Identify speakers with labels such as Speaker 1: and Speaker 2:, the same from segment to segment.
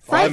Speaker 1: Five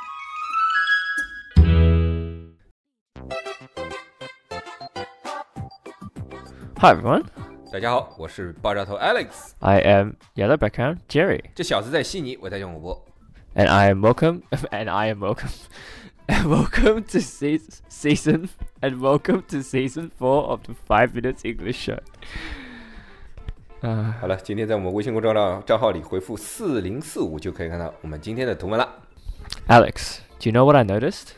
Speaker 2: Hi everyone,
Speaker 3: 大家好，我是爆炸头 Alex，
Speaker 2: I am Yellow Background Jerry,
Speaker 3: 这小子在悉尼，我在用我播。
Speaker 2: and I am welcome, and I am welcome, and welcome to season, season, and welcome to season four of the Five Minutes English Show. Uh, 啊、
Speaker 3: 好了，今天在我们微信公众号账号里回复四零四五就可以看到我们今天的图文了。
Speaker 2: Alex, do you know what I noticed?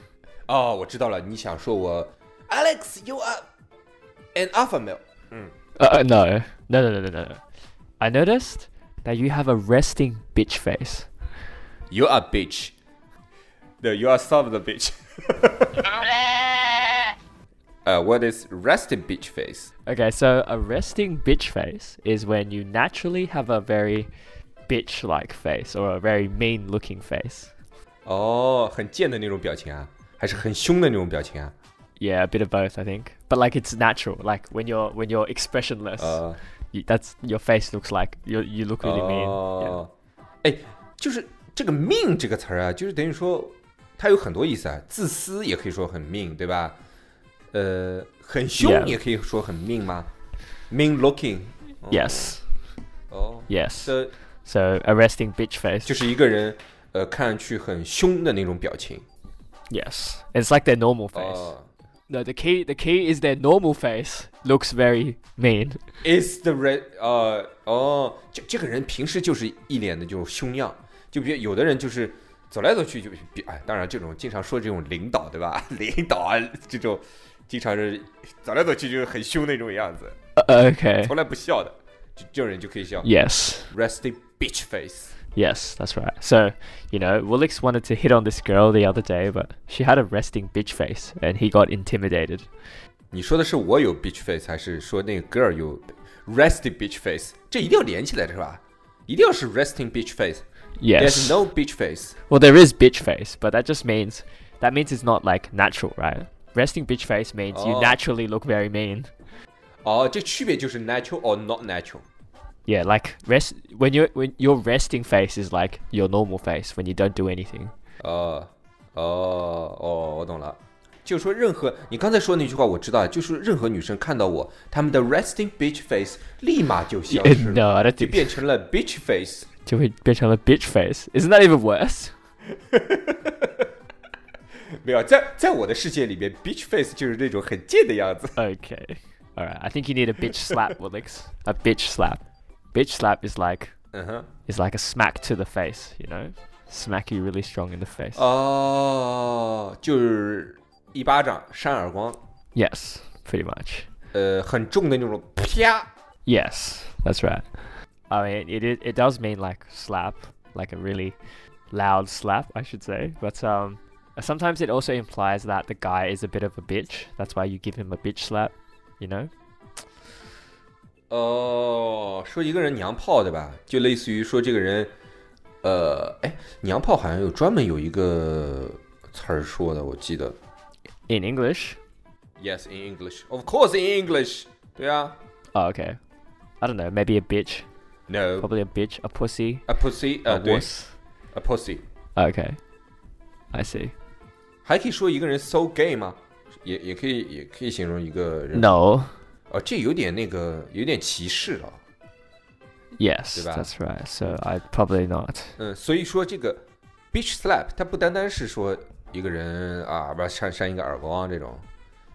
Speaker 3: 哦，我知道了，你想说我 Alex，you are an alpha male。
Speaker 2: Uh, uh, no, no, no, no, no, no. I noticed that you have a resting bitch face.
Speaker 3: You are bitch. No, you are some of the bitch. uh, what is rusty bitch face?
Speaker 2: Okay, so a resting bitch face is when you naturally have a very bitch-like face or a very mean-looking face.
Speaker 3: 哦，很贱的那种表情啊，还是很凶的那种表情啊？
Speaker 2: Yeah, a bit of both, I think. But like it's natural. Like when you're when you're expressionless,
Speaker 3: 呃，
Speaker 2: you, that's your face looks like you you look really mean. Yeah.
Speaker 3: 哦，哎，就是这个命这个词儿啊，就是等于说它有很多意思啊，自私也可以说很命，对吧？呃，很凶
Speaker 2: Yeah.
Speaker 3: 也可以说很命吗？Mean looking，
Speaker 2: Yes.
Speaker 3: 哦，
Speaker 2: Yes.
Speaker 3: 这
Speaker 2: So arresting bitch face.
Speaker 3: 就是一个人呃看上去很凶的那种表情。
Speaker 2: Yes. It's like their normal
Speaker 3: Oh.
Speaker 2: face.
Speaker 3: 哦
Speaker 2: No, the key the key is their normal face looks very mean.
Speaker 3: 哎 Is the red 呃哦，这这个人平时就是一脸的就是凶样，就比如有的人就是走来走去就比哎，当然这种经常说这种领导对吧？ 领导啊这种经常是走来走去就是很凶那种样子，
Speaker 2: Uh, okay.
Speaker 3: 从来不笑的，这这种人就可以笑
Speaker 2: Yes.
Speaker 3: resty bitch face。
Speaker 2: Yes, that's right. So, you know, Willix wanted to hit on this girl the other day, but she had a resting bitch face and he got intimidated.
Speaker 3: 你说的是我有 bitch face，还是说那个 girl 有 resty bitch face？这一定要连起来的是吧？一定要是 resting bitch face。
Speaker 2: Yes.
Speaker 3: There's no bitch face。
Speaker 2: Well, there is bitch face, but that just means that means it's not like natural, right? Resting bitch face means
Speaker 3: Oh.
Speaker 2: you naturally look very mean.
Speaker 3: 哦，这区别就是 natural or not natural。
Speaker 2: Yeah, like rest when you are when your resting face is like your normal face when you don't do anything.
Speaker 3: 哦哦哦，我懂了。就说任何你刚才说那句话，我知道，就是任何女生看到我，她们的 resting bitch face 立马就 消失
Speaker 2: no,
Speaker 3: 了，
Speaker 2: I don't
Speaker 3: 就
Speaker 2: think
Speaker 3: 变成了 bitch face。
Speaker 2: 就会变成了 bitch face. Isn't that even worse?
Speaker 3: 没有，在在我的世界里面，bitch face 就是那种很贱的样子。
Speaker 2: Okay. All right. I think you need a bitch slap, Willix. A bitch slap. Bitch slap is like
Speaker 3: 嗯哼，
Speaker 2: is like a smack to the face, you know? Smack you really strong in the face.
Speaker 3: Oh. 哦，就是一巴掌扇耳光，
Speaker 2: Yes, pretty much.
Speaker 3: 呃，很重的那种啪。
Speaker 2: Yes, that's right. I mean, it it, it does mean like slap, like a really loud slap, I should say. But um, sometimes it also implies that the guy is a bit of a bitch. That's why you give him a bitch slap, you know?
Speaker 3: 哦，说一个人娘炮对吧？就类似于说这个人，呃，哎，娘炮好像有专门有一个词儿说的，我记得。
Speaker 2: In English.
Speaker 3: Yes, in English, of course, in English。对啊
Speaker 2: Oh, okay. I don't know. Maybe a bitch.
Speaker 3: ，No,
Speaker 2: Probably a bitch. A pussy.
Speaker 3: a pussy，
Speaker 2: A
Speaker 3: 啊，对
Speaker 2: wuss.
Speaker 3: ，a pussy，
Speaker 2: Okay. I see.
Speaker 3: 还可以说一个人 so gay 吗？也也可以，也可以形容一个人。
Speaker 2: No.
Speaker 3: 哦，这有点那个，有点歧视了。
Speaker 2: Yes,
Speaker 3: Goodbye.
Speaker 2: that's right. So I probably not.
Speaker 3: 嗯，所以说这个 bitch slap，它不单单是说一个人啊，不扇扇一个耳光啊这种，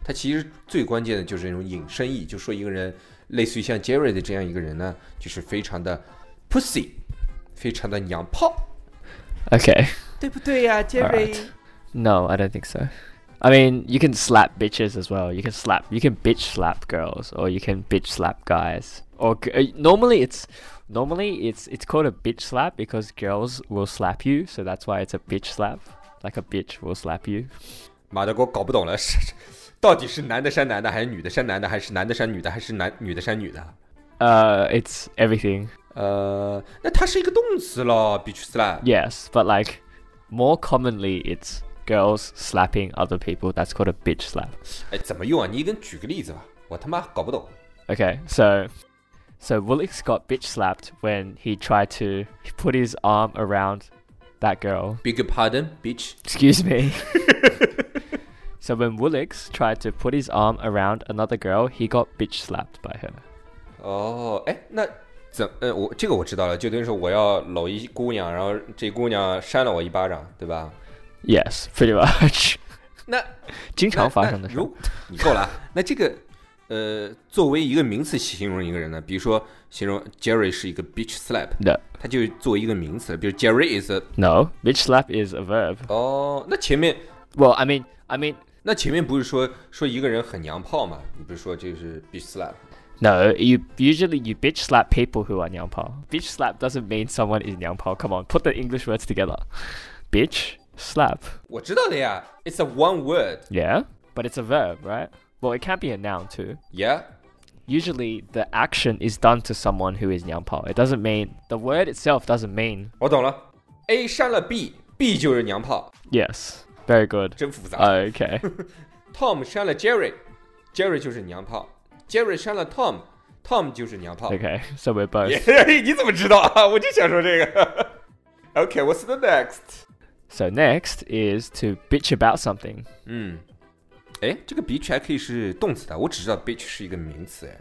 Speaker 3: 它其实最关键的就是那种引申义，就说一个人类似于像 Jerry 的这样一个人呢，就是非常的 pussy，非常的娘炮，
Speaker 2: Okay.
Speaker 3: 对不对呀、杰
Speaker 2: Alright. No, I don't think so. I mean, you can slap bitches as well. You can slap, you can bitch slap girls, or you can bitch slap guys. Or g- uh, normally it's normally it's it's called a bitch slap because girls will slap you, so that's why it's a bitch slap. Like a bitch will slap you.
Speaker 3: 妈的，给我搞不懂了，是 到底是男的扇男的，还是女的扇男的，还是男的扇女的，还是男女的扇女的？
Speaker 2: Uh, it's everything.
Speaker 3: 呃，那它是一个动词咯，bitch slap。
Speaker 2: Yes, but like more commonly, it's girls slapping other people. That's called a bitch slap.
Speaker 3: 哎，怎么用啊？你给你举个例子吧，我他妈搞不懂。
Speaker 2: Okay, so so Woolix got bitch slapped when he tried to put his arm around that girl.
Speaker 3: Big pardon, bitch。
Speaker 2: Excuse me. so when Woolix tried to put his arm around another girl, he got bitch slapped by her.
Speaker 3: 哦，哎，那怎呃，我这个我知道了，就等于说我要搂一姑娘，然后这姑娘扇了我一巴掌，对吧？
Speaker 2: Yes, pretty much.
Speaker 3: 那
Speaker 2: 经常发
Speaker 3: 那
Speaker 2: 生的事
Speaker 3: 如你够了啊，那这个呃，作为一个名词形容一个人呢，比如说形容 Jerry 是一个 bitch slap，
Speaker 2: No,
Speaker 3: 它就作为一个名词，比如 Jerry is a
Speaker 2: no. Bitch slap is a verb.
Speaker 3: 哦，那前面
Speaker 2: Well, I mean, I mean,
Speaker 3: 那前面不是说说一个人很娘炮嘛？你不是说这是 bitch slap？
Speaker 2: no. You usually you bitch slap people who are nyangpao. Bitch slap doesn't mean someone is nyangpao. Come on, put the English words together. Bitch slap.
Speaker 3: 我知道的呀，it's a one word，yeah。
Speaker 2: Yeah, but it's a verb, right? Well, it can be a noun too. Usually, the action is done to someone who is nyangpao. It doesn't mean the word itself doesn't mean.
Speaker 3: 我懂了，A 删了 B，B 就是娘炮，
Speaker 2: Yes, very good.
Speaker 3: 真复杂。
Speaker 2: Okay.
Speaker 3: Tom 删了 Jerry，Jerry 就是娘炮；Jerry 删了 Tom，Tom 就是娘炮。
Speaker 2: Okay. So we're both.
Speaker 3: 你怎么知道啊？我就想说这个。OK，what's、the next？
Speaker 2: So next is to bitch about something.
Speaker 3: 嗯，哎，这个 bitch 还可以是动词的，我只知道 bitch 是一个名词，哎，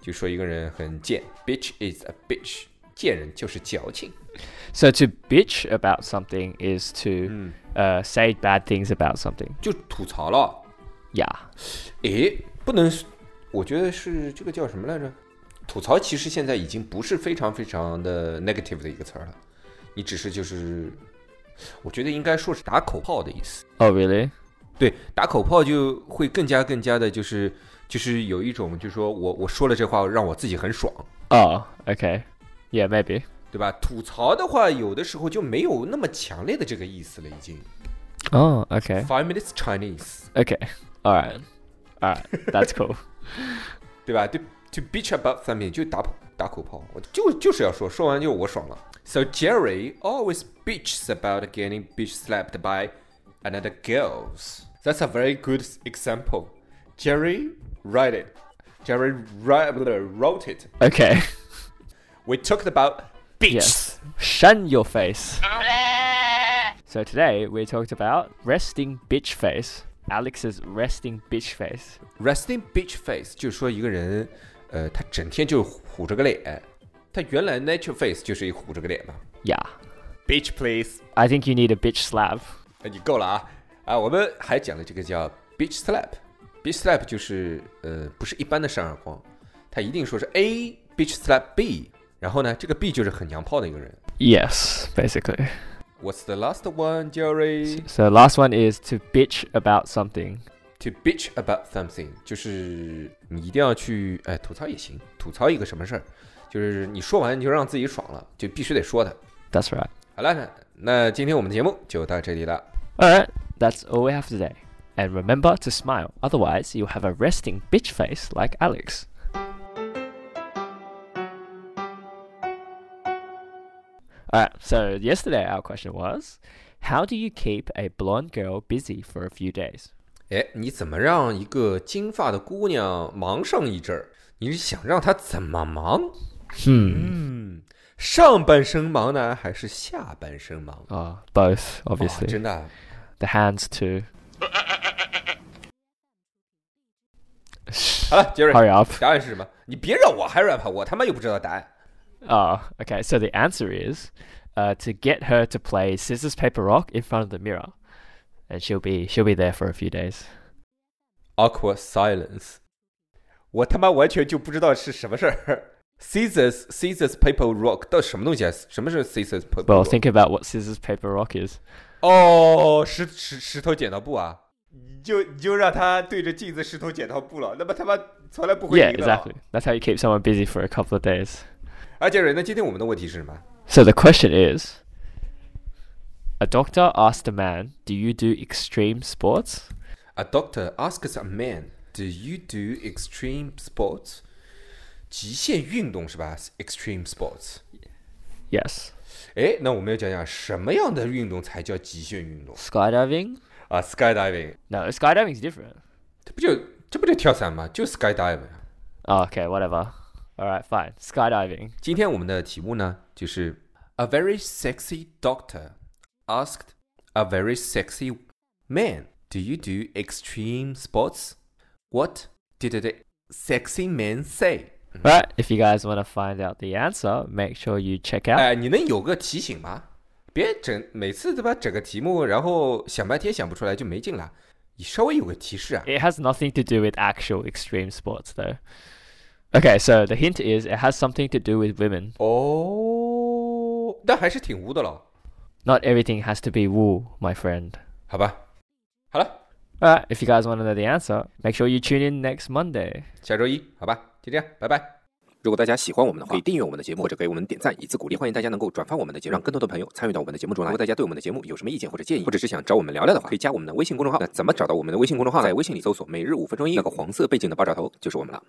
Speaker 3: 就说一个人很贱，bitch is a bitch，贱人就是矫情。
Speaker 2: So to bitch about something is
Speaker 3: Mm. 嗯
Speaker 2: to uh, say bad things about something.
Speaker 3: 就吐槽了。
Speaker 2: Yeah.
Speaker 3: 诶，不能是，我觉得是这个叫什么来着？吐槽其实现在已经不是非常非常的 negative 的一个词儿了，你只是就是，我觉得应该说是打口炮的意思。
Speaker 2: Oh really?
Speaker 3: 对，打口炮就会更加更加的，就是就是有一种，就是说我我说了这话让我自己很爽，
Speaker 2: Oh, okay. Yeah, maybe.
Speaker 3: 对吧？吐槽的话，有的时候就没有那么强烈的这个意思了，已经。
Speaker 2: Oh, okay.
Speaker 3: Five minutes Chinese，
Speaker 2: Okay. All right. All right. That's cool.
Speaker 3: 对吧？对，to bitch about something 就打打口炮，我就就是要说，说完就我爽了。So Jerry always bitches about getting bitch slapped by another girls. That's a very good example. Jerry write it. Jerry write, wrote it.
Speaker 2: Okay.
Speaker 3: We talked about bitch.
Speaker 2: Yes. Shun your face. So today we talked about resting bitch face. Alex's resting bitch face.
Speaker 3: Resting bitch face 就是说一个人，呃，他整天就虎着个脸。他原来 nature face 就是一虎着个脸嘛。
Speaker 2: Yeah.
Speaker 3: Bitch please.
Speaker 2: I think you need a bitch slap.
Speaker 3: 哎，你够了啊！啊，我们还讲了这个叫 bitch slap。bitch slap 就是呃，不是一般的扇耳光，他一定说是 A bitch slap B，然后呢，这个 B 就是很娘炮的一个人。
Speaker 2: Yes, basically.
Speaker 3: What's the last one, Jerry?
Speaker 2: So last one is to bitch about something.
Speaker 3: To bitch about something，就是你一定要去哎吐槽也行，吐槽一个什么事儿，就是你说完你就让自己爽了，就必须得说它。
Speaker 2: That's right.
Speaker 3: 好了，那那今天我们的节目就到这里了。
Speaker 2: All right, that's all we have today. And remember to smile, otherwise you'll have a resting bitch face like Alex. All right, so yesterday our question was, how do you keep a blonde girl busy for a few days?
Speaker 3: 哎，你怎么让一个金发的姑娘忙上一阵儿？你是想让她怎么忙？
Speaker 2: Hmm.
Speaker 3: 嗯，上半身忙呢，还是下半身忙？
Speaker 2: Uh, both,
Speaker 3: 哦
Speaker 2: obviously.
Speaker 3: 真的啊
Speaker 2: the hands too.
Speaker 3: 好了，杰瑞，
Speaker 2: Hurry up.
Speaker 3: 答案是什么？你别让我还 rap，我他妈又不知道答案。
Speaker 2: Oh, okay. So the answer is uh, to get her to play scissors, paper, rock in front of the mirror, and she'll be she'll be there for a few days.
Speaker 3: Awkward silence，我他妈完全就不知道是什么事儿。Scissors, scissors, paper, rock，到底什么东西啊？什么是 scissors, paper?
Speaker 2: Well,
Speaker 3: rock？
Speaker 2: think about what scissors, paper, rock is.
Speaker 3: 哦，石石石头剪刀布啊！你就你就让他对着镜子石头剪刀布了，那么他妈从来不会
Speaker 2: Yeah,
Speaker 3: 赢的了。
Speaker 2: exactly. That's how you keep someone busy for a couple of days.
Speaker 3: 啊，杰瑞，那今天我们的问题是什么？
Speaker 2: So the question is, a doctor asked a man, "Do you do extreme sports?"
Speaker 3: 啊 A doctor asks a man, "Do you do extreme sports?" 极限运动是吧？Extreme sports。
Speaker 2: Yes.
Speaker 3: 哎，那我们要讲讲什么样的运动才叫极限运动
Speaker 2: Skydiving?
Speaker 3: 啊？Skydiving，
Speaker 2: No, skydiving's different.
Speaker 3: 这不就这不就跳伞吗？就 skydiving。啊
Speaker 2: Oh, okay, whatever. All right, fine. Skydiving.
Speaker 3: 今天我们的题目呢，就是 A very sexy doctor asked a very sexy man, "Do you do extreme sports? What did the sexy man say?"
Speaker 2: Right. If you guys want to find out the answer, make sure you check out.
Speaker 3: 哎，你能有个提醒吗？别整每次对吧？整个题目，然后想半天想不出来就没劲了。你稍微有个提示啊。
Speaker 2: It has nothing to do with actual extreme sports, though. Okay, so the hint is it has something to do with women.
Speaker 3: 哦，那还是挺污的了，
Speaker 2: Not everything has to be woo, my friend.
Speaker 3: 好吧？好了，
Speaker 2: All right. If you guys want to know the answer, make sure you tune in next Monday.
Speaker 3: 下周一，好吧，就这样，拜拜。
Speaker 4: 如果大家喜欢我们的话，可以订阅我们的节目，或者给我们点赞以资鼓励。欢迎大家能够转发我们的节目，让更多的朋友参与到我们的节目中来。如果大家对我们的节目有什么意见或者建议，或者是想找我们聊聊的话，可以加我们的微信公众号。那怎么找到我们的微信公众号呢？在微信里搜索“每日五分钟一”，那个黄色背景的爆炸头就是我们了。